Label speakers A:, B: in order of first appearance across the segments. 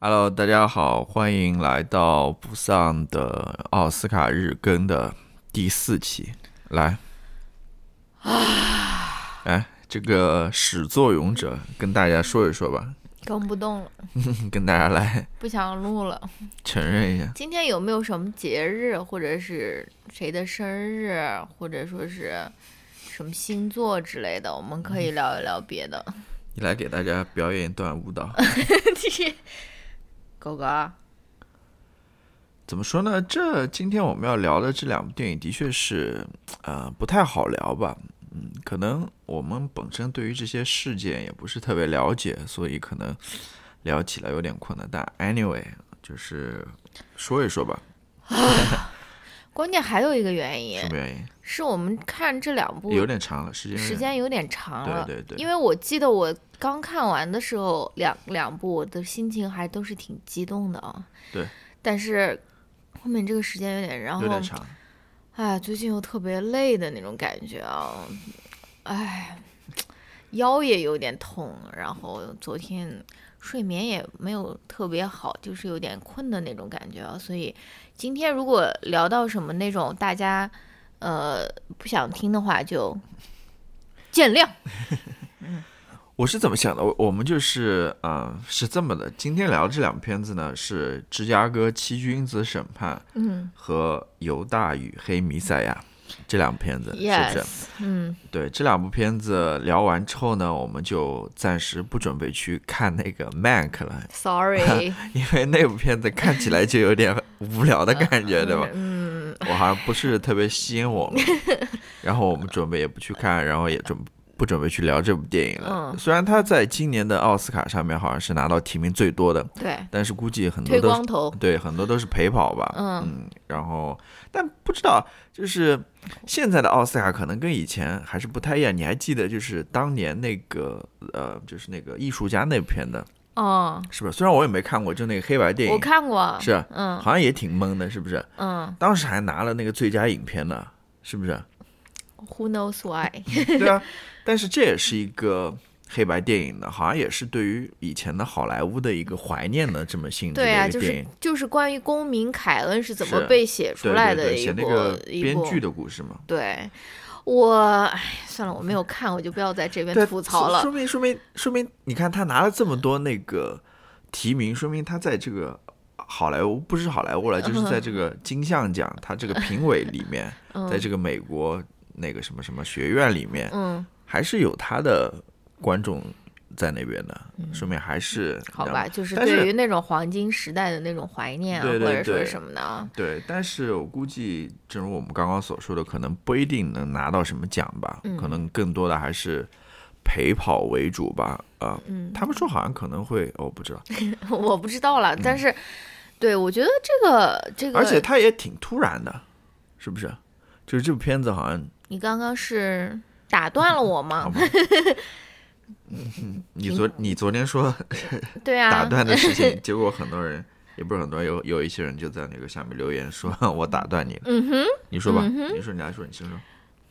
A: Hello，大家好，欢迎来到布上的奥斯卡日更的第四期。来，哎，这个始作俑者跟大家说一说吧，
B: 更不动了，
A: 跟大家来
B: 不想录了。
A: 承认一下。
B: 今天有没有什么节日，或者是谁的生日，或者说是什么星座之类的？我们可以聊一聊别的。
A: 你来给大家表演一段舞蹈，
B: 狗狗，
A: 怎么说呢？这今天我们要聊的这两部电影的确是，呃，不太好聊吧。嗯，可能我们本身对于这些事件也不是特别了解，所以可能聊起来有点困难。但 anyway，就是说一说吧，
B: 关键还有一个原因
A: 什么原因？
B: 是我们看这两部
A: 有点长了，时间有
B: 时
A: 点
B: 间有点长了，
A: 对对对
B: 因为我记得我刚看完的时候，两两部我的心情还都是挺激动的啊。
A: 对。
B: 但是后面这个时间有点，然后
A: 有点长。
B: 哎，最近又特别累的那种感觉啊，哎，腰也有点痛，然后昨天睡眠也没有特别好，就是有点困的那种感觉啊。所以今天如果聊到什么那种大家呃不想听的话，就见谅。
A: 我是怎么想的？我我们就是，呃，是这么的。今天聊这两部片子呢，是《芝加哥七君子审判》
B: 嗯
A: 和《犹大与黑弥赛亚》这两部片子，是不是？
B: ，yes，嗯，
A: 对这两部片子聊完之后呢，我们就暂时不准备去看那个《Mank》了，
B: Sorry，
A: 因为那部片子看起来就有点无聊的感觉， 对吧？嗯，我好像不是特别吸引我们。然后我们准备也不去看，然后也准不准备去聊这部电影了。
B: 嗯
A: 虽然它在今年的奥斯卡上面好像是拿到提名最多的，
B: 对，
A: 但是估计很多
B: 推
A: 都是
B: 光头，
A: 对，很多都是陪跑吧。
B: 嗯
A: 然后但不知道，就是现在的奥斯卡可能跟以前还是不太一样。你还记得就是当年那个呃，就是那个艺术家那篇的，
B: 哦，
A: 是不是？虽然我也没看过，就那个黑白电
B: 我
A: 影，
B: 看过，
A: 是
B: 嗯
A: 好像也挺懵的，是不是？
B: 嗯
A: 当时还拿了那个最佳影片呢，是 不是？
B: ，Who knows why？
A: 对啊，但是这也是一个。黑白电影呢，好像也是对于以前的好莱坞的一个怀念的这么性质的
B: 对啊，
A: 一
B: 就
A: 个电影
B: 是，就是关于公民凯恩是怎么
A: 是啊
B: 被写出来的
A: 对对对
B: 一
A: 写
B: 部
A: 那个
B: 一
A: 编
B: 部
A: 剧的故事嘛。
B: 对，我哎算了，我没有看，我就不要在这边
A: 对，
B: 吐
A: 说
B: 槽了。
A: 明说明说明，你看他拿了这么多那个提名，说明他在这个好莱坞不是好莱坞了，就是在这 个金像奖，他这个评委里面，在这个美国那个什么什么学院里面，
B: 嗯，
A: 还是有他的观众在那边的，说明还是
B: 嗯好。
A: 你知道
B: 吧，
A: 吗
B: 就是
A: 但是
B: 对于那种黄金时代的那种怀念啊，
A: 对对
B: 或者说
A: 对
B: 什么的啊，
A: 对，但是我估计，正如我们刚刚所说的，可能不一定能拿到什么奖吧，
B: 嗯
A: 可能更多的还是陪跑为主吧。啊、
B: 嗯
A: 他们说好像可能会，我、不知道，
B: 我不知道了。但是，对我觉得这个这个，
A: 嗯而且他也挺突然的，是不是？就是这部片子好像，
B: 你刚刚是打断了我吗
A: 好？吧你昨你昨天说
B: 对啊，
A: 打断的事情，结果很多人也不是很多人，有有一些人就在那个下面留言说 我打断你了，
B: 嗯哼。
A: 你说吧，你说你来说，你先说，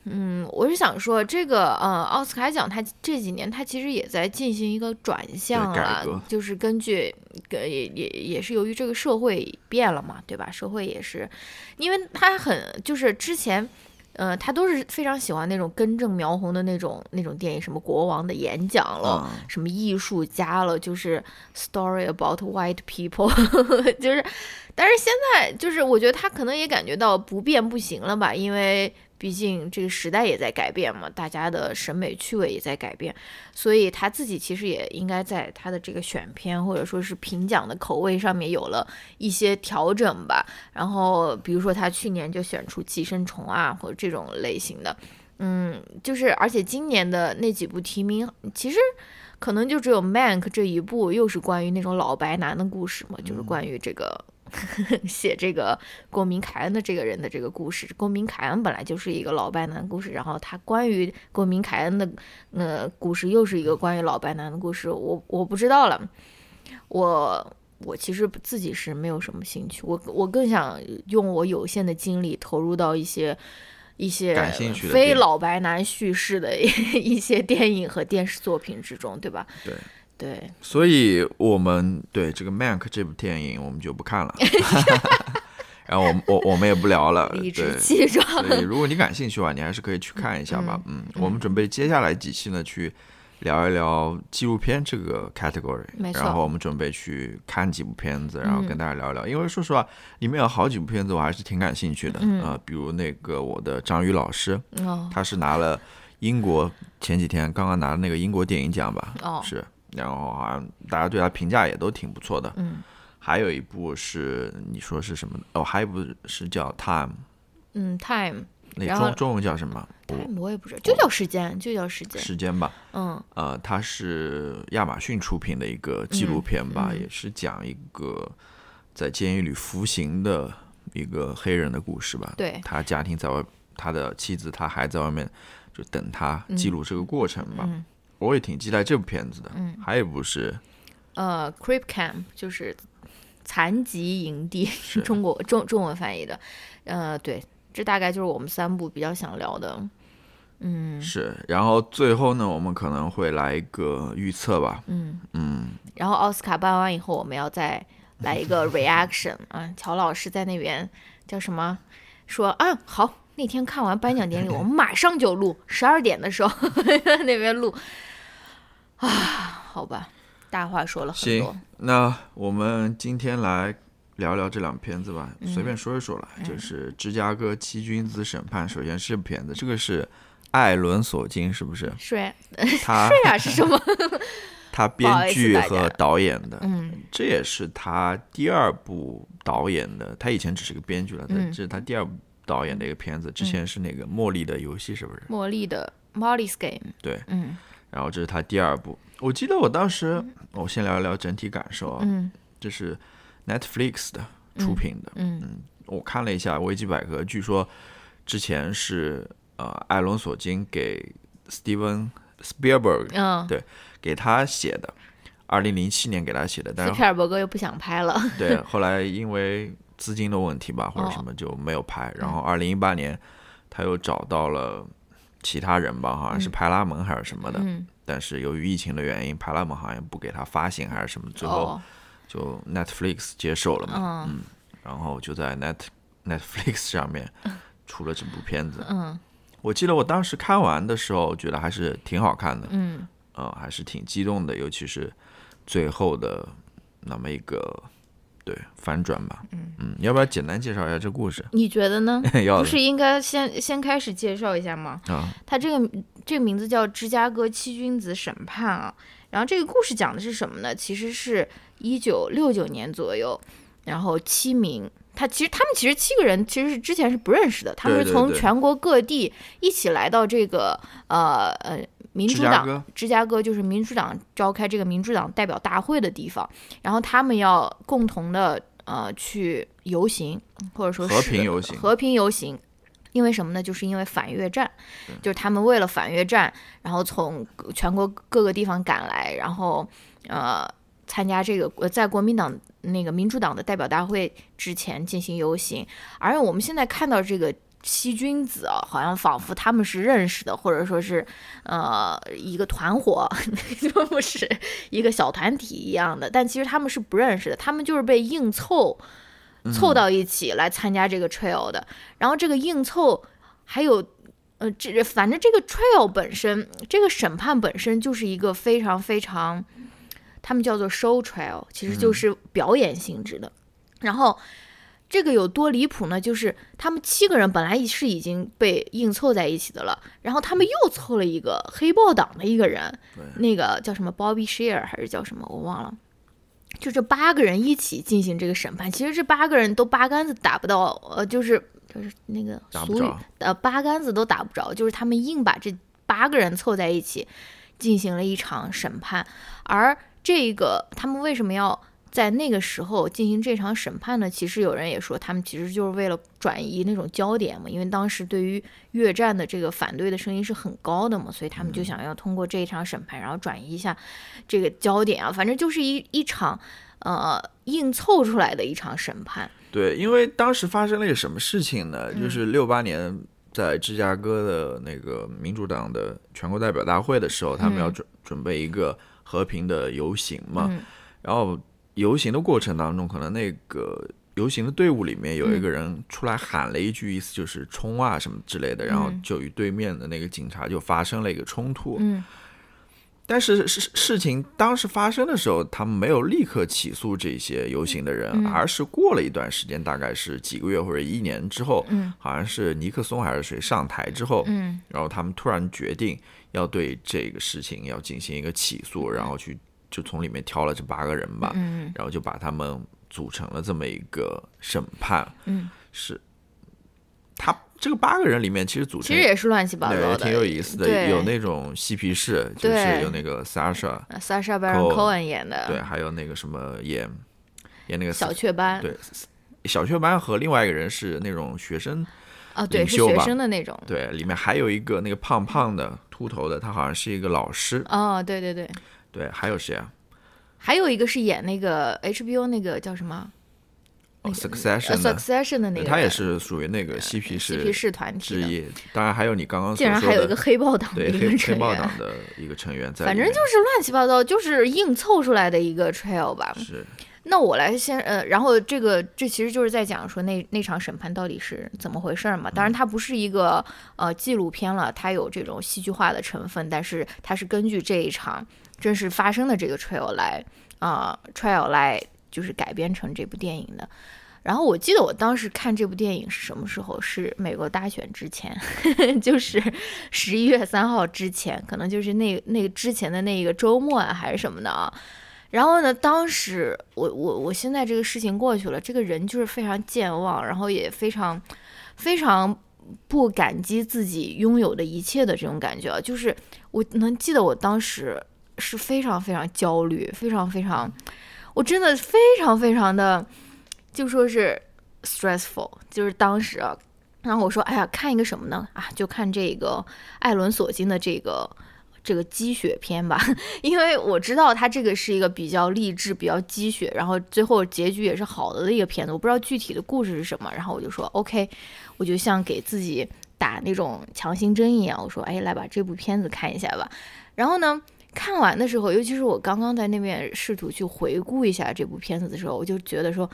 B: 嗯，我是想说，这个呃，奥斯卡奖它这几年它其实也在进行一个转向
A: 对改
B: 了
A: 革，
B: 就是根据呃也也也是由于这个社会变了嘛，对吧？社会也是，因为它很就是之前。呃，他都是非常喜欢那种根正苗红的那种那种电影，什么国王的演讲了，
A: 嗯
B: 什么艺术家了，就是 story about white people，就是，但是现在就是我觉得他可能也感觉到不变不行了吧，因为毕竟这个时代也在改变嘛，大家的审美趣味也在改变，所以他自己其实也应该在他的这个选片或者说是评奖的口味上面有了一些调整吧。然后比如说他去年就选出《寄生虫》啊，或者这种类型的，嗯，就是而且今年的那几部提名其实。可能就只有《Mank》这一部，又是关于那种老白男的故事嘛，就是关于这个写这个公民凯恩的这个人的这个故事。公民凯恩本来就是一个老白男的故事，然后他关于公民凯恩的呃故事又是一个关于老白男的故事，我我不知道了，我。我其实自己是没有什么兴趣，我我更想用我有限的精力投入到一些一些
A: 感兴趣的电
B: 非
A: 影
B: 老白男叙事的一些电影和电视作品之中，对吧？
A: 对
B: 对，
A: 所以我们对这个《Mank》这部电影我们就不看了， 然后我们我我们也不聊了，
B: 理直
A: 呃对。
B: 气壮。
A: 所以如果你感兴趣的话，你还是可以去看一下吧。嗯，我们准备接下来几期呢，去聊一聊纪录片这个 category，
B: 没错嗯
A: 然后我们准备去看几部片子，然后跟大家聊一聊。因为说实话，里面有好几部片子我还是挺感兴趣的。嗯、呃，比如那个我的张宇老师，
B: 哦，
A: 他是拿了英国前几天刚刚拿的那个英国电影奖吧？
B: 哦
A: 是，然后好像大家对他评价也都挺不错的。
B: 嗯，
A: 还有一部是你说是什么？哦，还有一部是叫《Time》。
B: 嗯，time
A: 那
B: 然后
A: 中中文叫什么？我
B: time 我也不知道，就叫时间，就叫时间。
A: 时间吧，
B: 嗯
A: 呃，它是亚马逊出品的一个纪录片吧，
B: 嗯
A: 也是讲一个在监狱里服刑的一个黑人的故事吧。
B: 对
A: 他家庭在外，他的妻子，他还在外面，就等他记录这个过程吧。
B: 嗯
A: 我也挺期待这部片子的。还有一部是
B: 呃，creep camp 就是残疾营地，中国中中文翻译的。呃，对，这大概就是我们三部比较想聊的。嗯，
A: 是，然后最后呢，我们可能会来一个预测吧。嗯嗯，
B: 然后奥斯卡办完以后，我们要再来一个 reaction 啊，乔老师在那边叫什么？说啊，好，那天看完颁奖典礼，我们马上就录，十二点的时候 那边录。啊，好吧，大话说了很多？
A: 行。，那我们今天来聊聊这两片子吧，随便说一说了。就是《芝加哥七君子审判》，首先是片子，这个是艾伦·索金，是不是
B: 是呀，
A: 他
B: 是啊呀，是什么？
A: 他
B: 不好
A: 编
B: 意思
A: 剧
B: 大家
A: 和导演的，
B: 嗯，
A: 这也是他第二部导演的。他以前只是个编剧了，但
B: 嗯
A: 这是他第二部导演的一个片子。之前是那个《茉莉的游戏》，是不是？
B: 茉莉的 Molly's Game。
A: 对，
B: 嗯
A: 然后这是他第二部。我记得我当时，哦我先聊一聊整体感受啊。
B: 嗯
A: 这是 Netflix 的出品的。
B: 嗯
A: 我看了一下维基百科，据说之前是呃艾伦索金给 Steven Spielberg
B: 嗯，
A: 给他写的，二零零七年给他写的，但
B: 斯
A: 是
B: 皮尔伯格又不想拍了。
A: 对后来因为资金的问题吧
B: 哦
A: 或者什么就没有拍，然
B: 嗯
A: 后二零一八年他又找到了其他人吧，好像是派拉蒙还是什么的，
B: 嗯，
A: 但是由于疫情的原因，派拉蒙好像不给他发行还是什么，最后
B: 哦，
A: 就 Netflix 接受了嘛。
B: 嗯
A: 然后就在 Net Netflix 上面出了这部片子。
B: 嗯
A: 我记得我当时看完的时候，觉得还是挺好看的，
B: 嗯
A: 呃，还是挺激动的，尤其是最后的那么一个对反转吧。嗯要不要简单介绍一下这故事？
B: 你觉得呢？
A: 要
B: 不
A: 的
B: 是应该先先开始介绍一下吗？
A: 啊，
B: 它这个这个名字叫《芝加哥七君子审判》啊。然后这个故事讲的是什么呢？其实是一九六九年左右，然后七名，他其实他们其实七个人其实是之前是不认识的，他们
A: 对
B: 是
A: 对
B: 从
A: 对
B: 全国各地一起来到这个呃呃民
A: 芝
B: 主
A: 加
B: 党
A: 哥
B: 芝加哥就是民主党召开这个民主党代表大会的地方，然后他们要共同的呃去游行，或者说
A: 和
B: 是
A: 平游行
B: 和平游行。因为什么呢？就是因为反越战，就是他们为了反越战，然后从全国各个地方赶来，然后呃参加这个呃在国民党那个民主党的代表大会之前进行游行，而我们现在看到这个七君子啊，好像仿佛他们是认识的，或者说是呃一个团伙， 就不是一个小团体一样的，但其实他们是不认识的，他们就是被硬凑凑到一起来参加这个 trail 的，然后这个硬凑还有。呃，这反正这个 trail 本身，这个审判本身就是一个非常非常，他们叫做 show trial，其实
A: 嗯
B: 就是表演性质的。然后这个有多离谱呢？就是他们七个人本来是已经被硬凑在一起的了，然后他们又凑了一个黑豹党的一个人，那个叫什么 Bobby Shear 还是叫什么，我忘了。就这八个人一起进行这个审判，其实这八个人都八竿子打不到，呃，就是就是那个
A: 打不
B: 俗语
A: 着，
B: 呃，八竿子都打不着，就是他们硬把这八个人凑在一起，进行了一场审判。而这个他们为什么要在那个时候进行这场审判呢？其实有人也说，他们其实就是为了转移那种焦点嘛，因为当时对于越战的这个反对的声音是很高的嘛，所以他们就想要通过这一场审判，然后转移一下这个焦点啊。反正就是一一场呃硬凑出来的一场审判。
A: 对，因为当时发生了一个什么事情呢？
B: 嗯
A: 就是六八年在芝加哥的那个民主党的全国代表大会的时候，他们要准准备一个和平的游行嘛。
B: 嗯
A: 然后游行的过程当中，可能那个游行的队伍里面有
B: 嗯
A: 一个人出来喊了一句，意思就是冲啊什么之类的，然后
B: 嗯
A: 就与对面的那个警察就发生了一个冲突。
B: 嗯
A: 但是事事情当时发生的时候，他们没有立刻起诉这些游行的人，
B: 嗯
A: 而是过了一段时间，大概是几个月或者一年之后，
B: 嗯
A: 好像是尼克松还是谁上台之后，
B: 嗯
A: 然后他们突然决定要对这个事情要进行一个起诉，然后去就从里面挑了这八个人吧，
B: 嗯
A: 然后就把他们组成了这么一个审判，
B: 嗯，
A: 是他这个八个人里面其实组
B: 其
A: 成
B: 实也是乱七八
A: 对
B: 糟
A: 也
B: 的，
A: 挺有意思的，
B: 对
A: 有那种嬉皮士，就是
B: 对
A: 有那个 Sasha，
B: Sasha Baron
A: Cohen
B: Cohen 演的，
A: 对，还有那个什么演演那个
B: 小雀斑，
A: 对小雀斑和另外一个人是那种学生，
B: 啊，对，
A: 领
B: 是
A: 袖
B: 学
A: 吧
B: 生的那种，
A: 对，里面还有一个那个胖胖的秃头的，他好像是一个老师，
B: 哦，对对对，
A: 对，还有谁啊？
B: 还有一个是演那个 HBO 那个叫什么
A: 哦
B: 那个呃
A: ，Succession 的，
B: Succession 的那
A: 对
B: 个，
A: 他也是属于那个嬉皮
B: 嬉皮
A: 士
B: 士团体
A: 之
B: 的，
A: 一。当然还有你刚刚所
B: 竟然
A: 说
B: 还有一个
A: 的
B: 黑豹党的
A: 对
B: 一
A: 黑
B: 个
A: 黑
B: 成
A: 豹
B: 员，
A: 党的一个成员在里
B: 反
A: 面，
B: 正就是乱七八糟，就是硬凑出来的一个 trail 吧。
A: 是
B: 那我来先呃，然后这个这其实就是在讲说那那场审判到底是怎么回事儿嘛。当然它不是一个呃纪录片了，它有这种戏剧化的成分，但是它是根据这一场真实发生的这个 trial 来啊、trial 来就是改编成这部电影的。然后我记得我当时看这部电影是什么时候？是美国大选之前， 就是十一月三号之前，可能就是那那个之前的那一个周末啊，还是什么的啊。然后呢，当时我我我现在这个事情过去了，这个人就是非常健忘，然后也非常非常不感激自己拥有的一切的这种感觉啊，就是我能记得我当时是非常非常焦虑，非常非常，我真的非常非常的就说是 stressful，就是当时啊，然后我说哎呀，看一个什么呢？啊，就看这个艾伦索金的这个。这个鸡血片吧，因为我知道它这个是一个比较励志、比较鸡血，然后最后结局也是好的的一个片子。我不知道具体的故事是什么，然后我就说 OK，我就像给自己打那种强心针一样，我说哎，来把这部片子看一下吧。然后呢，看完的时候，尤其是我刚刚在那边试图去回顾一下这部片子的时候，我就觉得说。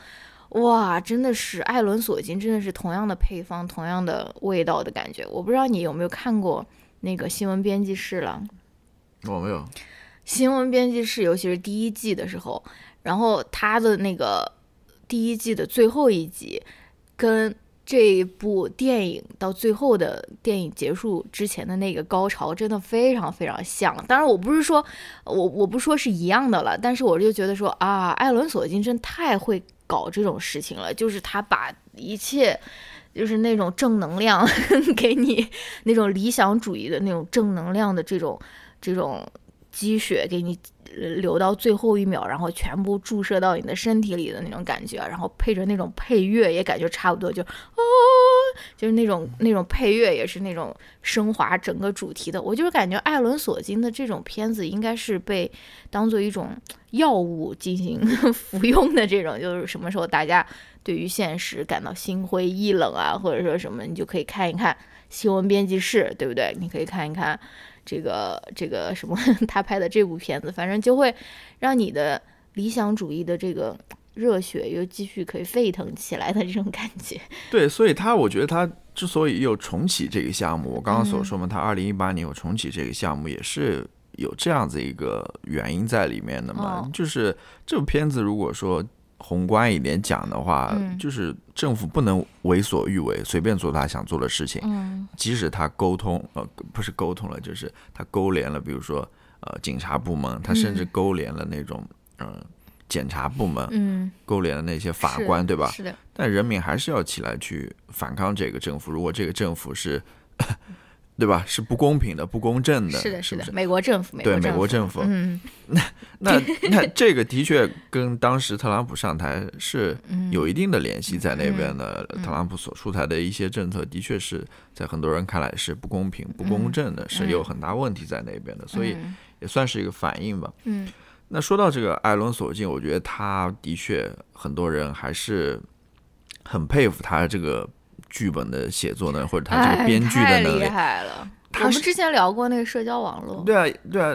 B: 哇，真的是艾伦索金，真的是同样的配方，同样的味道的感觉。我不知道你有没有看过那个新闻编辑室了？
A: 我没有
B: 新闻编辑室，尤其是第一季的时候，然后他的那个第一季的最后一集，跟这一部电影到最后的电影结束之前的那个高潮，真的非常非常像。当然，我不是说我我不说是一样的了，但是我就觉得说啊，艾伦索金真太会搞这种事情了，就是他把一切。就是那种正能量， 给你那种理想主义的那种正能量的这种这种积雪给你呃留到最后一秒，然后全部注射到你的身体里的那种感觉，然后配着那种配乐也感觉差不多就，哦，就是那种那种配乐也是那种升华整个主题的。我就是感觉艾伦索金的这种片子应该是被当做一种药物进行 服用的这种，就是什么时候大家对于现实感到心灰意冷啊，或者说什么，你就可以看一看新闻编辑室，对不对？你可以看一看。这个这个什么 他拍的这部片子，反正就会让你的理想主义的这个热血又继续可以沸腾起来的这种感觉。
A: 对，所以他我觉得他之所以又重启这个项目，我刚刚
B: 嗯
A: 所说嘛，他二零一八年又重启这个项目也是。有这样子一个原因在里面的嘛，
B: 哦
A: 就是这部片子如果说宏观一点讲的话，
B: 嗯
A: 就是政府不能为所欲为，随便做他想做的事情。
B: 嗯
A: 即使他沟通，呃，不是沟通了，就是他勾连了，比如说呃警察部门，他甚至勾连了那种嗯、呃检察部门，
B: 嗯，
A: 勾连了那些法官，对吧？
B: 是的，
A: 但人民还是要起来去反抗这个政府。如果这个政府是， 对吧？是不公平的、不公正的，
B: 是的，
A: 是
B: 是
A: 不
B: 的，
A: 是？
B: 美国政府，
A: 对，美
B: 美
A: 国
B: 国
A: 政府，
B: 嗯
A: 那那这个的确跟当时特朗普上台是
B: 嗯，
A: 有一定的联系在那边的。特朗普所出台的一些政策，的确是在很多人看来是不公平、不公正的，是有很大问题在那边的，所以
B: 嗯
A: 也算是一个反应吧。
B: 嗯
A: 那说到这个艾伦·索金，我觉得他的确很多人还是很佩服他这个剧本的写作能力，或者他这
B: 哎
A: 个编剧的
B: 太
A: 能
B: 厉
A: 力。
B: 害了，我
A: 他
B: 们
A: 是
B: 之前聊过那个社交网络，
A: 对啊对啊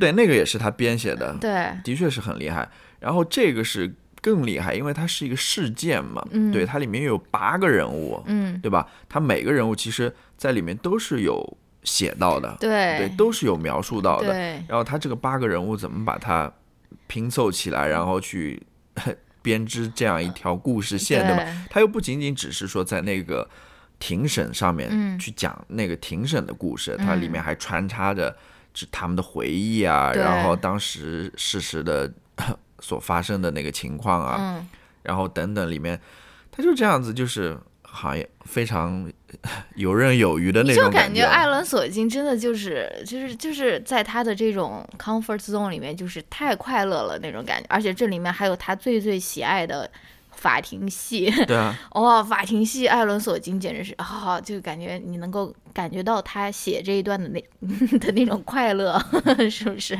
A: 对，那个也是他编写的，
B: 对，
A: 的确是很厉害。然后这个是更厉害，因为它是一个事件嘛，
B: 嗯
A: 对，它里面有八个人物，
B: 嗯，
A: 对吧？他每个人物其实在里面都是有写到的，对，
B: 对，
A: 都是有描述到的。
B: 对，
A: 然后他这个八个人物怎么把它拼凑起
B: 嗯
A: 来，然后去 编织这样一条故事线，对吧？
B: 对
A: 他又不仅仅只是说在那个庭审上面
B: 嗯
A: 去讲那个庭审的故事，它
B: 嗯
A: 里面还穿插着这他们的回忆啊，
B: 对
A: 然后当时事实的 所发生的那个情况啊，
B: 嗯，
A: 然后等等里面，他就这样子，就是好像非常 游刃有余的
B: 你
A: 那
B: 就
A: 种
B: 感
A: 觉
B: 觉哎
A: 啊。
B: 艾伦索金真的就是就是就是在他的这种 comfort zone 里面，就是太快乐了那种感觉，而且这里面还有他最最喜爱的法庭戏，
A: 对啊，
B: 哇、法庭戏艾伦索金简直是啊、就感觉你能够感觉到他写这一段的那 的那种快乐，是不是？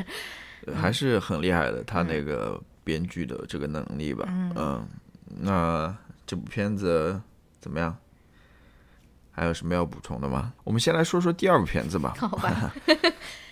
A: 还是很厉害的，他
B: 嗯
A: 那个编剧的这个能力吧。嗯那这部片子怎么样？还有什么要补充的吗？我们先来说说第二部片子吧，
B: 好 吧，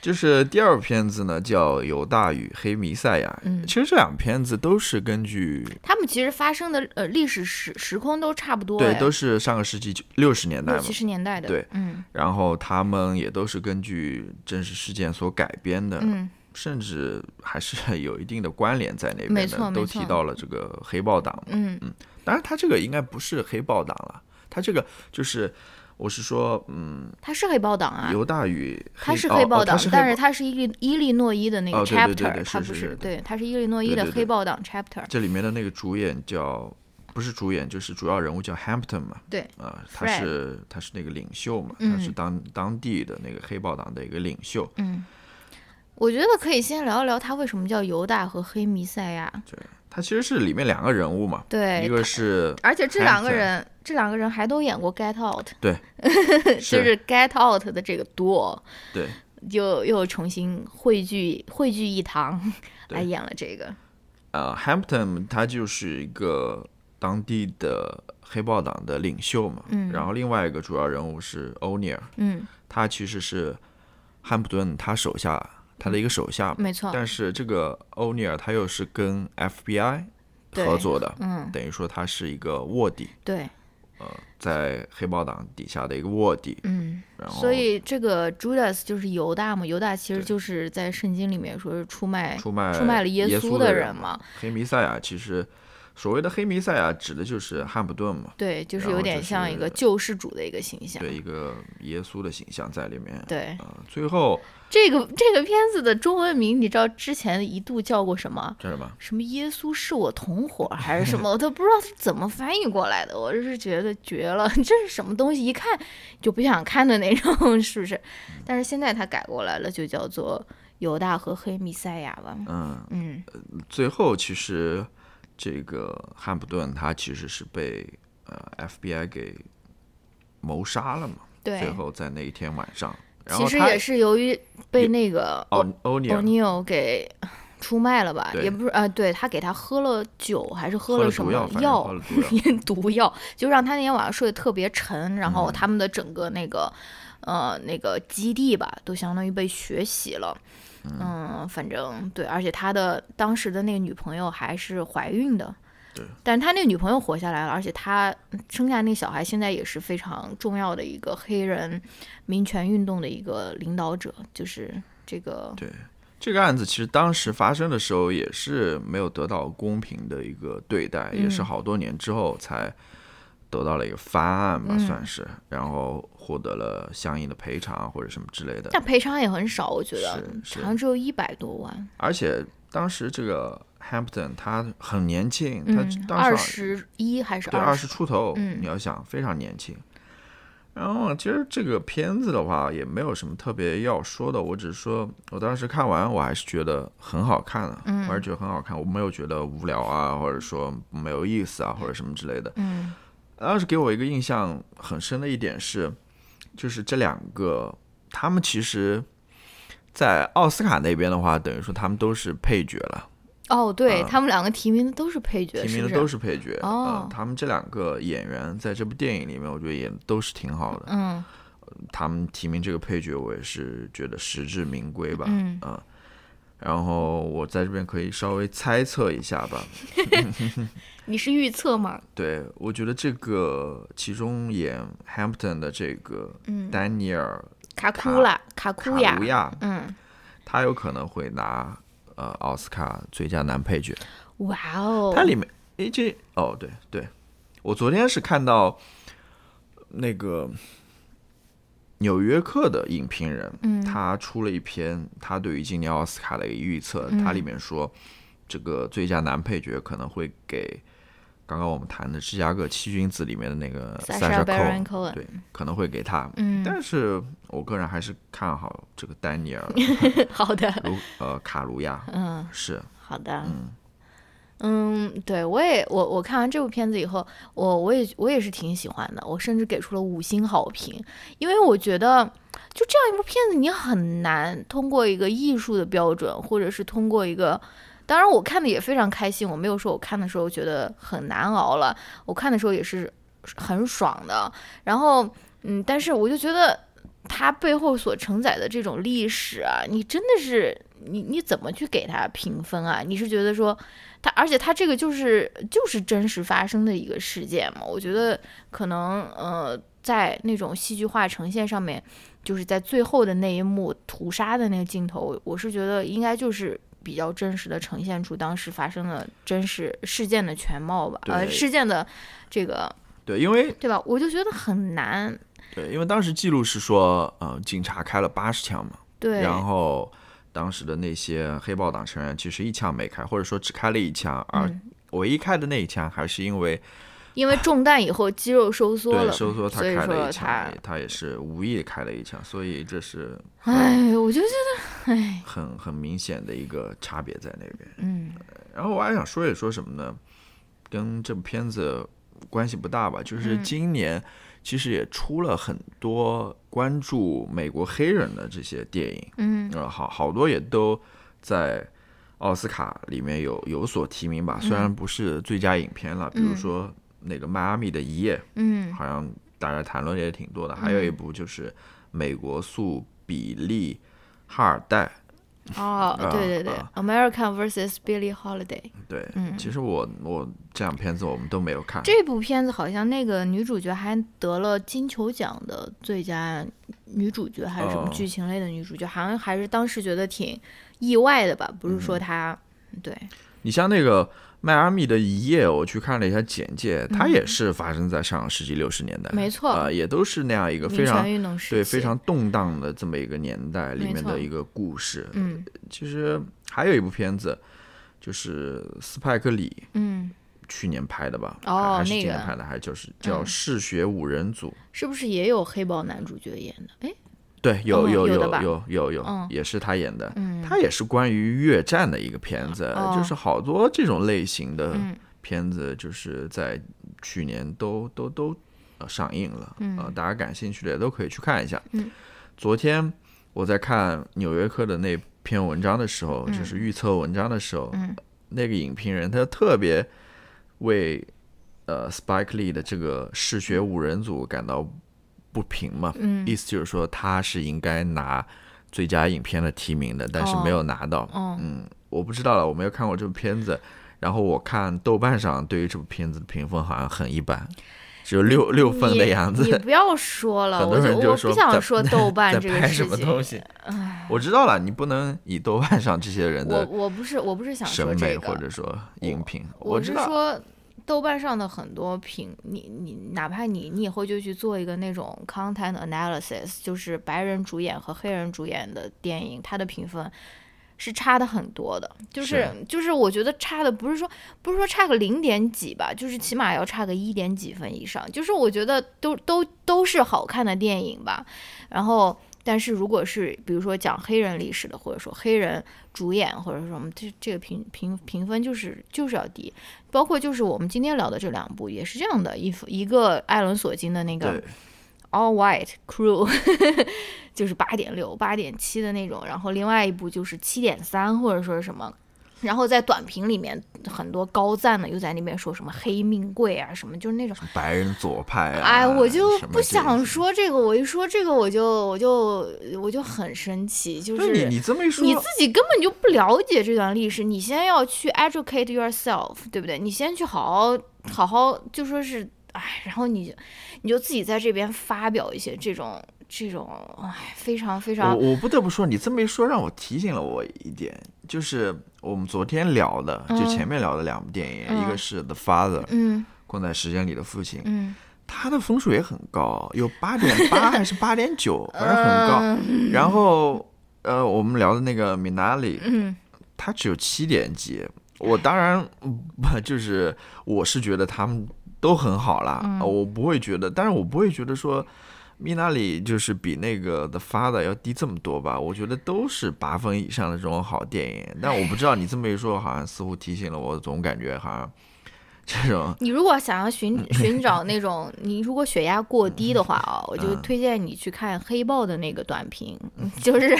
A: 就是第二部片子呢叫《犹大与黑弥赛亚》。
B: 嗯
A: 其实这两部片子都是根据
B: 他们其实发生的呃历史时时空都差不多哎，
A: 对，都是上个世纪六十年代
B: 六
A: 嘛
B: 七，十年代的，
A: 对，
B: 嗯
A: 然后他们也都是根据真实事件所改编的，
B: 嗯，
A: 甚至还是有一定的关联在那
B: 没
A: 边
B: 错
A: 的，
B: 没
A: 都提
B: 错
A: 到了这个黑豹党。
B: 嗯
A: 当然，他这个应该不是黑豹党了，他这个就是，我是说，嗯，
B: 他是黑豹党啊，
A: 犹大与黑
B: 他是
A: 哦
B: 黑
A: 哦
B: 豹
A: 他
B: 党，
A: 是黑
B: 但
A: 豹
B: 是他是伊利伊利诺伊的那个
A: 哦对对对
B: chapter，
A: 对
B: 他
A: 是
B: 不
A: 是是
B: 对，他是伊利诺伊
A: 对
B: 的
A: 对对
B: 黑豹党 chapter。
A: 这里面的那个主演叫不是主演，就是主要人物叫 Hampton 嘛，
B: 对
A: 啊、他
B: Fred
A: 是他是那个领袖嘛，
B: 嗯
A: 他是当当地的那个黑豹党的一个领袖，
B: 嗯，我觉得可以先聊一聊他为什么叫犹大和黑弥赛亚。
A: 他其实是里面两个人物嘛，一
B: 对，
A: 个是
B: 而且这两个
A: Hampton
B: 人，这两个人还都演过《Get Out》，
A: 是
B: 就是 Get Out 的这个 duo
A: 对。
B: 又又重新汇聚汇聚一堂
A: 对
B: 来演了这个。
A: 呃，Hampton 他就是一个当地的黑豹党的领袖嘛，
B: 嗯
A: 然后另外一个主要人物是 O'Neill，
B: 嗯，
A: 他其实是汉普顿他手下他的一个手下嘛，
B: 没错，
A: 但是这个欧尼尔他又是跟 FBI
B: 对
A: 合作的，
B: 嗯，
A: 等于说他是一个卧底，
B: 对，
A: 在黑豹党底下的一个卧底，
B: 嗯。
A: 然后
B: 所以这个 Judas 就是犹大嘛，犹大其实就是在圣经里面说是出卖
A: 出卖
B: 出卖了耶
A: 耶
B: 稣
A: 的
B: 的人嘛，
A: 黑弥赛亚其实所谓的黑弥赛亚指的就是汉普顿嘛，
B: 对，就是
A: 然
B: 有
A: 后
B: 点
A: 就是
B: 像一个救世主的一个形象。
A: 对一个耶稣的形象在里面。
B: 对
A: 呃，最后
B: 这个这个片子的中文名，你知道之前一度叫过什么？
A: 这是什么？
B: 什么耶稣是我同伙还是什么，我都不知道是怎么翻译过来的。我就是觉得绝了， 这是什么东西？一看就不想看的那种，是不是？但是现在他改过来了，就叫做《犹大和黑弥赛亚》吧。
A: 嗯，
B: 嗯，
A: 最后其实这个汉普顿他其实是被呃 FBI 给谋杀了嘛，
B: 对。
A: 最后在那一天晚上，然
B: 其
A: 后
B: 实
A: 他
B: 也是由于被
A: 也
B: 那个
A: 哦欧尼
B: 欧
A: 尔
B: 尼尔给出卖了吧？
A: 对
B: 也不是啊、对他给他喝了酒，还是喝
A: 喝了
B: 什
A: 毒
B: 么，
A: 药，反正喝了毒药
B: 烟毒药，就让他那天晚上睡得特别沉，然
A: 嗯
B: 后他们的整个那个、呃那个基地吧，都相当于被血洗了。嗯，反正对，而且他的当时的那个女朋友还是怀孕的。
A: 对，
B: 但是他那个女朋友活下来了，而且他生下那个小孩现在也是非常重要的一个黑人民权运动的一个领导者，就是这个
A: 对。这个案子其实当时发生的时候也是没有得到公平的一个对待，也是
B: 嗯
A: 好多年之后才得到了一个翻案吧，
B: 嗯
A: 算是，然后获得了相应的赔偿或者什么之类的。
B: 但赔偿也很少，我觉得
A: 是是
B: 好像只有一百多万，
A: 而且当时这个 Hampton 他很年轻，
B: 嗯，
A: 他
B: 二
A: 当时
B: 十一还是
A: 对二
B: 二
A: 十？出头，
B: 嗯
A: 你要想非常年轻。然后其实这个片子的话也没有什么特别要说的，我只是说我当时看完我还是觉得很好看的、
B: 嗯
A: 我还是觉得很好看，我没有觉得无聊啊，或者说没有意思啊，或者什么之类的。
B: 嗯
A: 当时给我一个印象很深的一点是，就是这两个他们其实，在奥斯卡那边的话，等于说他们都是配角了，
B: 哦，对、
A: 啊
B: 他们两个提名的都是配角，
A: 提
B: 是
A: 名
B: 不
A: 的
B: 是？
A: 都是配角。啊
B: 哦
A: 嗯他们这两个演员在这部电影里面，我觉得演得都是挺好的。
B: 嗯
A: 他们提名这个配角，我也是觉得实至名归吧。啊
B: 嗯
A: 然后我在这边可以稍微猜测一下吧。
B: 你是预测吗？
A: 对，我觉得这个其中演 Hampton 的这个
B: 嗯，
A: 丹尼尔
B: 卡
A: 卡
B: 库拉，卡
A: 卡
B: 库亚
A: 卢，亚，
B: 嗯，
A: 他有可能会拿呃奥斯卡最佳男配角。
B: 哇哦，
A: 它里面诶这哦对对，我昨天是看到那个《纽约客》的影评人，
B: 嗯
A: 他出了一篇他对于今年奥斯卡的一个预测，
B: 嗯
A: 它里面说这个最佳男配角可能会给刚刚我们谈的《芝加哥七君子》里面的那个
B: Sacha
A: 莎
B: Baron
A: 寇
B: Cohen
A: 对，可能会给他。
B: 嗯，
A: 但是我个人还是看好这个丹尼 尔
B: 好的，
A: 卢呃卡卢亚
B: 嗯，
A: 是
B: 好的，嗯。对我也我我看完这部片子以后，我我也我也是挺喜欢的，我甚至给出了五星好评，因为我觉得就这样一部片子，你很难通过一个艺术的标准，或者是通过一个，当然我看的也非常开心，我没有说我看的时候觉得很难熬了，我看的时候也是很爽的，然后嗯，但是我就觉得它背后所承载的这种历史啊，你真的是你你怎么去给它评分啊？你是觉得说它，而且它这个就是就是真实发生的一个事件嘛？我觉得可能呃，在那种戏剧化呈现上面，就是在最后的那一幕屠杀的那个镜头，我是觉得应该就是。比较真实的呈现出当时发生的真实事件的全貌吧，呃，
A: 对
B: 事件的这个
A: 对，因为
B: 对吧？我就觉得很难。
A: 对，因为当时记录是说，呃，警察开了八十枪嘛，
B: 对，
A: 然后当时的那些黑豹党成员其实一枪没开，或者说只开了一枪，而
B: 嗯
A: 唯一开的那一枪还是因为、
B: 因为中弹以后肌肉收缩
A: 对
B: 了，
A: 收缩他
B: 所以
A: 开了
B: 说
A: 一枪，
B: 他
A: 也，他也是无意开了一枪，所以这是
B: 哎，我就觉得，哎，
A: 很很明显的一个差别在那边。
B: 嗯
A: 然后我还想说一说什么呢？跟这部片子关系不大吧，就是
B: 嗯
A: 今年其实也出了很多关注美国黑人的这些电影。
B: 嗯
A: 呃，好好多也都在奥斯卡里面有有所提名吧，虽然不是最佳影片了，比如
B: 嗯
A: 说那个《迈阿密的一夜》，
B: 嗯
A: 好像大家谈论的也挺多的，还有一部就是美国诉比利哈尔代，
B: 哦，
A: 啊
B: 对对对
A: 啊
B: ，American vs Billie Holiday
A: 对，
B: 嗯
A: 其实我我这两片子我们都没有看，
B: 这部片子好像那个女主角还得了金球奖的最佳女主角还是什么
A: 哦
B: 剧情类的女主角，好像还是当时觉得挺意外的吧？不是
A: 嗯
B: 说她对，
A: 你像那个。迈阿密的一夜，我去看了一下简介，它也是发生在上世纪六十年代，
B: 嗯没错
A: 啊、也都是那样一个非
B: 民
A: 常
B: 权运动时期
A: 对非常动荡的这么一个年代里
B: 没
A: 面
B: 错
A: 的一个故事。
B: 嗯
A: 其实还有一部片子，就是斯派克里
B: 嗯，
A: 去年拍的吧，
B: 哦
A: 还还是
B: 那
A: 今年
B: 个
A: 拍的，还就是叫《
B: 嗯
A: 嗜血五人组》。
B: 是不是也有黑豹男主角演的？哎，
A: 对，有
B: 哦
A: 有
B: 有的
A: 有
B: 吧
A: 有有有
B: 嗯，
A: 也是他演的。
B: 嗯
A: 他也是关于越战的一个片子，
B: 哦
A: 就是好多这种类型的
B: 嗯
A: 片子，就是在去年都都都呃上映了，
B: 嗯
A: 呃，大家感兴趣的也都可以去看一下。
B: 嗯
A: 昨天我在看《纽约客》的那篇文章的时候，
B: 嗯
A: 就是预测文章的时候，
B: 嗯
A: 那个影评人他特别为呃 Spike Lee 的这个嗜血五人组感到不平嘛，
B: 嗯
A: 意思就是说他是应该拿最佳影片的提名的，但是
B: 哦
A: 没有拿到。
B: 哦
A: 嗯，我不知道了，我没有看过这部片子。然后我看豆瓣上对于这部片子的评分好像很一般，只有六六分的 样
B: 你。你
A: 子。
B: 不要说了，
A: 很多
B: 我
A: 人就
B: 我
A: 说
B: 不 想
A: 在
B: 说豆瓣
A: 在
B: 这个
A: 拍什
B: 事
A: 么
B: 情。
A: 东西？我知道了，你不能以豆瓣上这些人
B: 我
A: 的
B: 我不是我不是想
A: 审
B: 说
A: 美
B: 这
A: 或
B: 个，
A: 者说影评，
B: 我
A: 知
B: 是
A: 道。
B: 说豆瓣上的很多评，你你哪怕你你以后就去做一个那种 content analysis，就是白人主演和黑人主演的电影，它的评分。是差的很多的，就是就是，我觉得差的不是说不是说差个零点几吧，就是起码要差个一点几分以上。就是我觉得都都都是好看的电影吧。然后，但是如果是比如说讲黑人历史的，或者说黑人主演，或者说什么，这这个评评评分就是就是要低。包括就是我们今天聊的这两部也是这样的，一幅一个艾伦索金的那个
A: 对，
B: All White Crew，就是八点六、八点七的那种，然后另外一部就是七点三或者说是什么。然后在短评里面，很多高赞的又在那边说什么黑命贵啊，什么就是那种，
A: 白人左派啊，
B: 哎，我就
A: 什么
B: 不
A: 这种
B: 想。说这个，我一说这个我就我就我就很生气，就
A: 不
B: 是
A: 是你，你这么一说，
B: 你自己根本就不了解这段历史，你先要去 educate yourself，对不对？你先去好好好好就说是，哎，然后你你就自己在这边发表一些这种这种，哎，非常非常，
A: 我我不得不说，你这么一说，让我提醒了我一点，就是我们昨天聊的，就
B: 嗯
A: 前面聊的两部电影，一
B: 嗯
A: 个是《The Father》，
B: 嗯
A: 困在时间里的父亲，
B: 嗯，
A: 他的分数也很高，有八点 八还是八点九，反正很高。然后呃，我们聊的那个米娜里，
B: 嗯，
A: 他只有七点几。我当然嗯不就是我是觉得他们都很好啦，
B: 嗯
A: 我不会觉得，但是我不会觉得说。米娜里就是比那个的发的要低这么多吧？我觉得都是八分以上的这种好电影，但我不知道你这么一说，好像似乎提醒了我，总感觉好像这种
B: 你如果想要寻
A: 嗯
B: 寻找那种， 你如果血压过低的话啊、我
A: 嗯
B: 就推荐你去看黑豹的那个短评， 就是，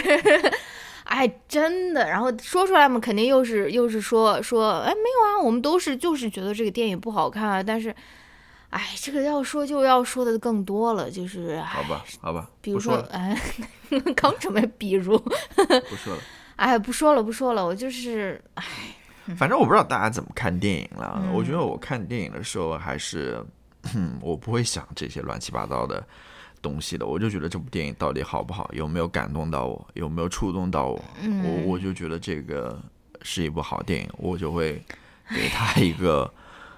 B: 哎，真的，然后说出来嘛，肯定又是又是说说，哎，没有啊，我们都是就是觉得这个电影不好看啊，但是，哎，这个要说就要说的更多了，就是，
A: 好
B: 哎，
A: 吧，好吧，
B: 比如
A: 不说
B: 说
A: 了，，
B: 哎，刚准备比如，
A: 不说了。
B: 哎，不说了，不说了，我就是，哎
A: 反正我不知道大家怎么看电影了。
B: 嗯
A: 我觉得我看电影的时候还是，嗯我不会想这些乱七八糟的东西的。我就觉得这部电影到底好不好，有没有感动到我，有没有触动到我，
B: 嗯
A: 我我就觉得这个是一部好电影，我就会 给他一个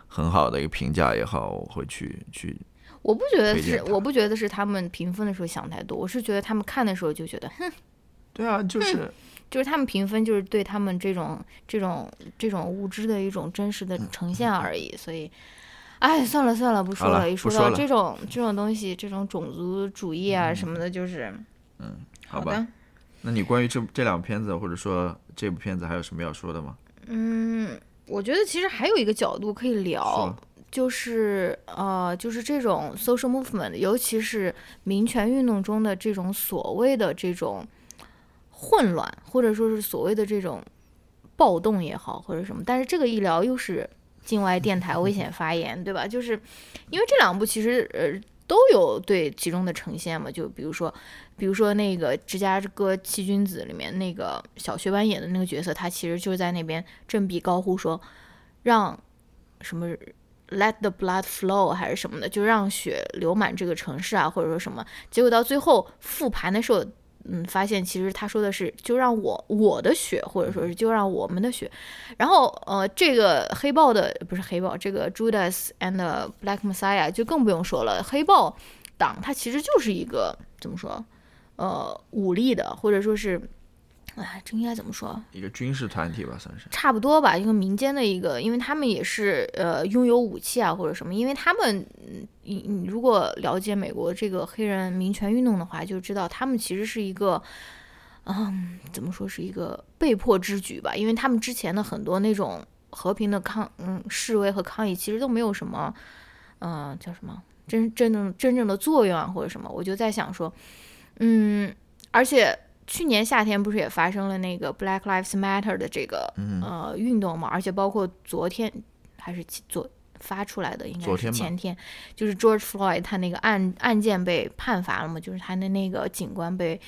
A: 很好的一个评价也好，我会去去
B: 我不觉得
A: 推荐
B: 是，
A: 他
B: 我不觉得是他们评分的时候想太多，我是觉得他们看的时候就觉得，哼，
A: 对啊，
B: 嗯
A: 就是
B: 就是他们评分就是对他们这种这种这种物质的一种真实的
A: 嗯
B: 呈现而已，所以。哎，算了算了，不说
A: 好了
B: 了。一
A: 不
B: 说
A: 说
B: 到
A: 了嗯
B: 这种这种东西，这种种族主义啊什么的，就是
A: 好吧
B: 的。。
A: 那你关于这这两部片子，或者说这部片子还有什么要说的吗？
B: 嗯，我觉得其实还有一个角度可以聊
A: 说，
B: 就是呃，就是这种 social movement，尤其是民权运动中的这种所谓的这种混乱，或者说是所谓的这种暴动也好，或者什么，但是这个一聊又是境外电台危险发言，对吧？就是因为这两部其实呃都有对其中的呈现嘛，就比如说，比如说那个《芝加哥七君子》里面那个小学班演的那个角色，他其实就是在那边振臂高呼说，让什么 “let the blood flow” 还是什么的，就让血流满这个城市啊，或者说什么。结果到最后复盘的时候，嗯，发现其实他说的是就让我我的血，或者说是就让我们的血。然后呃，这个黑豹的不是黑豹，这个 Judas and the Black Messiah 就更不用说了，黑豹党它其实就是一个怎么说？呃，武力的，或者说是，哎，这应该怎么说？
A: 一个军事团体吧，算是。
B: 差不多吧，一个民间的一个，因为他们也是呃拥有武器啊或者什么，因为他们，嗯你你如果了解美国这个黑人民权运动的话，就知道他们其实是一个，嗯，怎么说是一个被迫之举吧，因为他们之前的很多那种和平的抗嗯示威和抗议，其实都没有什么，嗯、叫什么真真正真正的作用啊或者什么，我就在想说，嗯，而且。去年夏天不是也发生了那个 Black Lives Matter 的这个
A: 嗯，
B: 呃运动嘛，而且包括昨天还是其昨发出来的，应该
A: 昨
B: 是
A: 天吧
B: 前天，就是 George Floyd 他那个案案件被判罚了嘛，就是他的那个警官被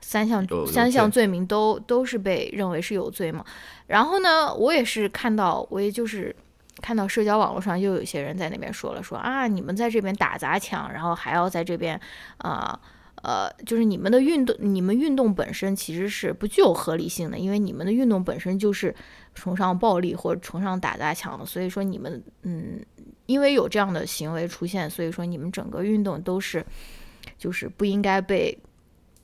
B: 三项
A: 有有
B: 三项
A: 罪
B: 罪名都都是被认为是有罪嘛。然后呢，我也是看到，我也就是看到社交网络上又有一些人在那边说了，说啊，你们在这边打砸抢，然后还要在这边啊。呃，就是你们的运动，你们运动本身其实是不具有合理性的，因为你们的运动本身就是崇尚暴力或者崇尚打砸抢的，所以说你们嗯，因为有这样的行为出现，所以说你们整个运动都是就是不应该被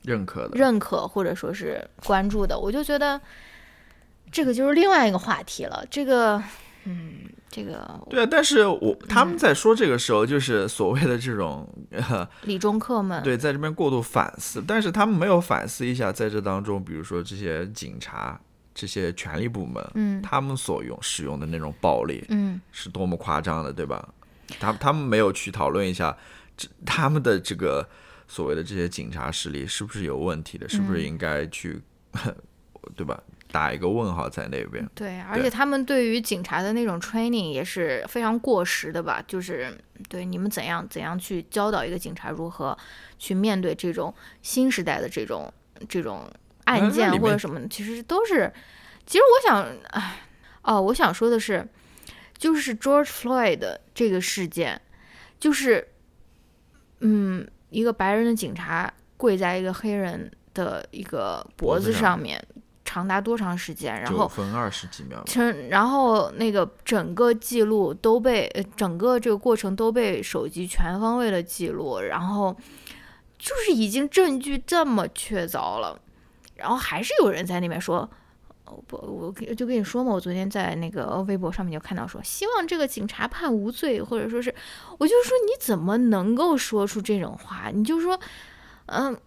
A: 认可的。
B: 认可或者说是关注的，我就觉得这个就是另外一个话题了。这个，嗯，这个
A: 对啊，但是我
B: 嗯
A: 他们在说这个时候，就是所谓的这种，呃，
B: 理中客们，
A: 对，在这边过度反思，但是他们没有反思一下，在这当中，比如说这些警察、这些权力部门，
B: 嗯
A: 他们所用使用的那种暴力
B: 嗯，
A: 是多么夸张的，对吧？他他们没有去讨论一下，这他们的这个
B: 嗯
A: 所谓的这些警察势力是不是有问题的，是不是应该去，对吧？打一个问号在那边。
B: 对，而且他们对于警察的那种 training 也是非常过时的吧？就是对你们怎样怎样去教导一个警察如何去面对这种新时代的这种这种
A: 那
B: 案件
A: 里面
B: 或者什么的，其实都是。其实我想，哎，哦，我想说的是，就是 George Floyd 这个事件，就是，嗯，一个白人的警察跪在一个黑人的一个脖
A: 脖子
B: 子
A: 上
B: 上面，长达多长时间？然
A: 九
B: 后
A: 分二十几秒吧，
B: 成，然后那个整个记录都被，呃整个这个过程都被手机全方位的记录，然后就是已经证据这么确凿了，然后还是有人在那边说，哦不，我跟就跟你说嘛，我昨天在那个微博上面就看到说，希望这个警察判无罪，或者说是，我就说你怎么能够说出这种话？你就说，嗯。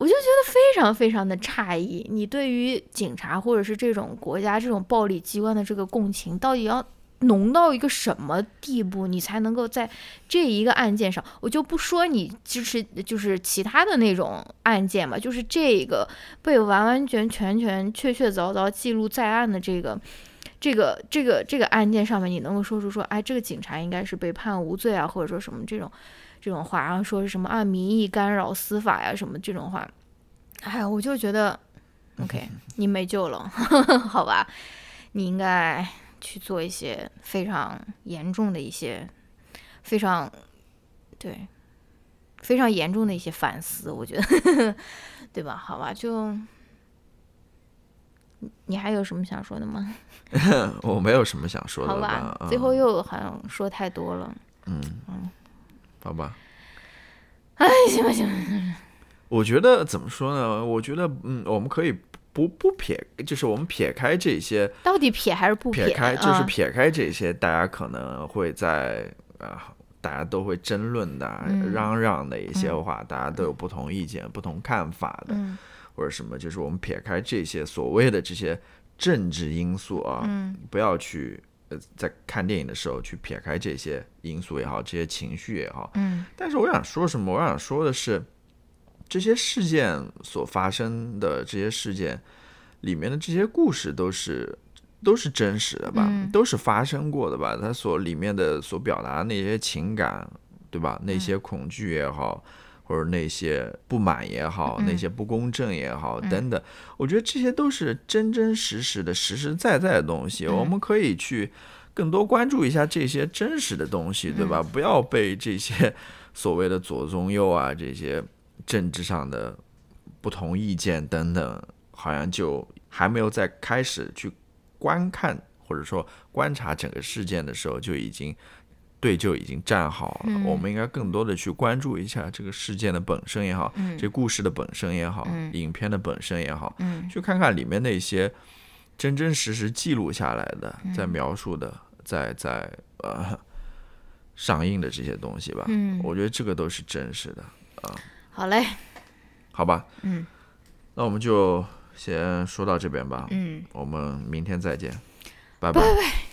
B: 我就觉得非常非常的诧异，你对于警察或者是这种国家这种暴力机关的这个共情，到底要浓到一个什么地步，你才能够在这一个案件上，我就不说你支持就是其他的那种案件吧，就是这个被完完全全全确确凿凿记录在案的这个。这个这个这个案件上面，你能够说出说，哎，这个警察应该是被判无罪啊，或者说什么这种这种话，然后说是什么啊民意干扰司法呀、什么这种话，哎，我就 觉得，OK，你没救了， 好吧？你应该去做一些非常严重的一些，非常对，非常严重的一些反思，我觉得， 对吧？好吧，就你你还有什么想说的吗？
A: 我没有什么想说的
B: 嗯好
A: 了
B: 吧，
A: 吧？
B: 最
A: 嗯
B: 后又好像说太多了。
A: 好吧，
B: 哎，行吧，行吧，
A: 我觉得怎么说呢？我觉得，嗯，我们可以不不撇，就是我们撇开这些，
B: 到底撇还是不
A: 撇开就是
B: 啊
A: 撇开这些，大家可能会在啊、大家都会争论的啊、
B: 嗯
A: 嚷嚷的一些话，大家都有不同意见、不同看法的，
B: 嗯
A: 或者什么，就是我们撇开这些所谓的这些政治因素啊，
B: 嗯
A: 不要去。呃，在看电影的时候去撇开这些因素也好，这些情绪也好，
B: 嗯
A: 但是我想说什么？我想说的是，这些事件所发生的这些事件里面的这些故事都是都是真实的吧，
B: 嗯
A: 都是发生过的吧？它所里面的所表达的那些情感，对吧？那些恐惧也好。或者那些不满也好，那些不公正也好，等等，我觉得这些都是真真实实的、实实在在的东西。我们可以去更多关注一下这些真实的东西，对吧？不要被这些 所谓的左中右啊这些政治上的不同意见等等，好像就还没有在开始去观看或者说观察整个事件的时候，就已经对就已经站好了。我们应该更多的去关注一下这个事件的本身也好，这故事的本身也好，影片的本身也好，
B: 嗯
A: 去看看里面那些真真实实记录下来的，在描述的，在在呃上映的这些东西吧。
B: 嗯，
A: 我觉得这个都是真实的，
B: 好嘞，
A: 好吧？
B: 嗯，
A: 那我们就先说到这边吧。
B: 嗯，
A: 我们明天再见，拜拜。
B: 拜拜。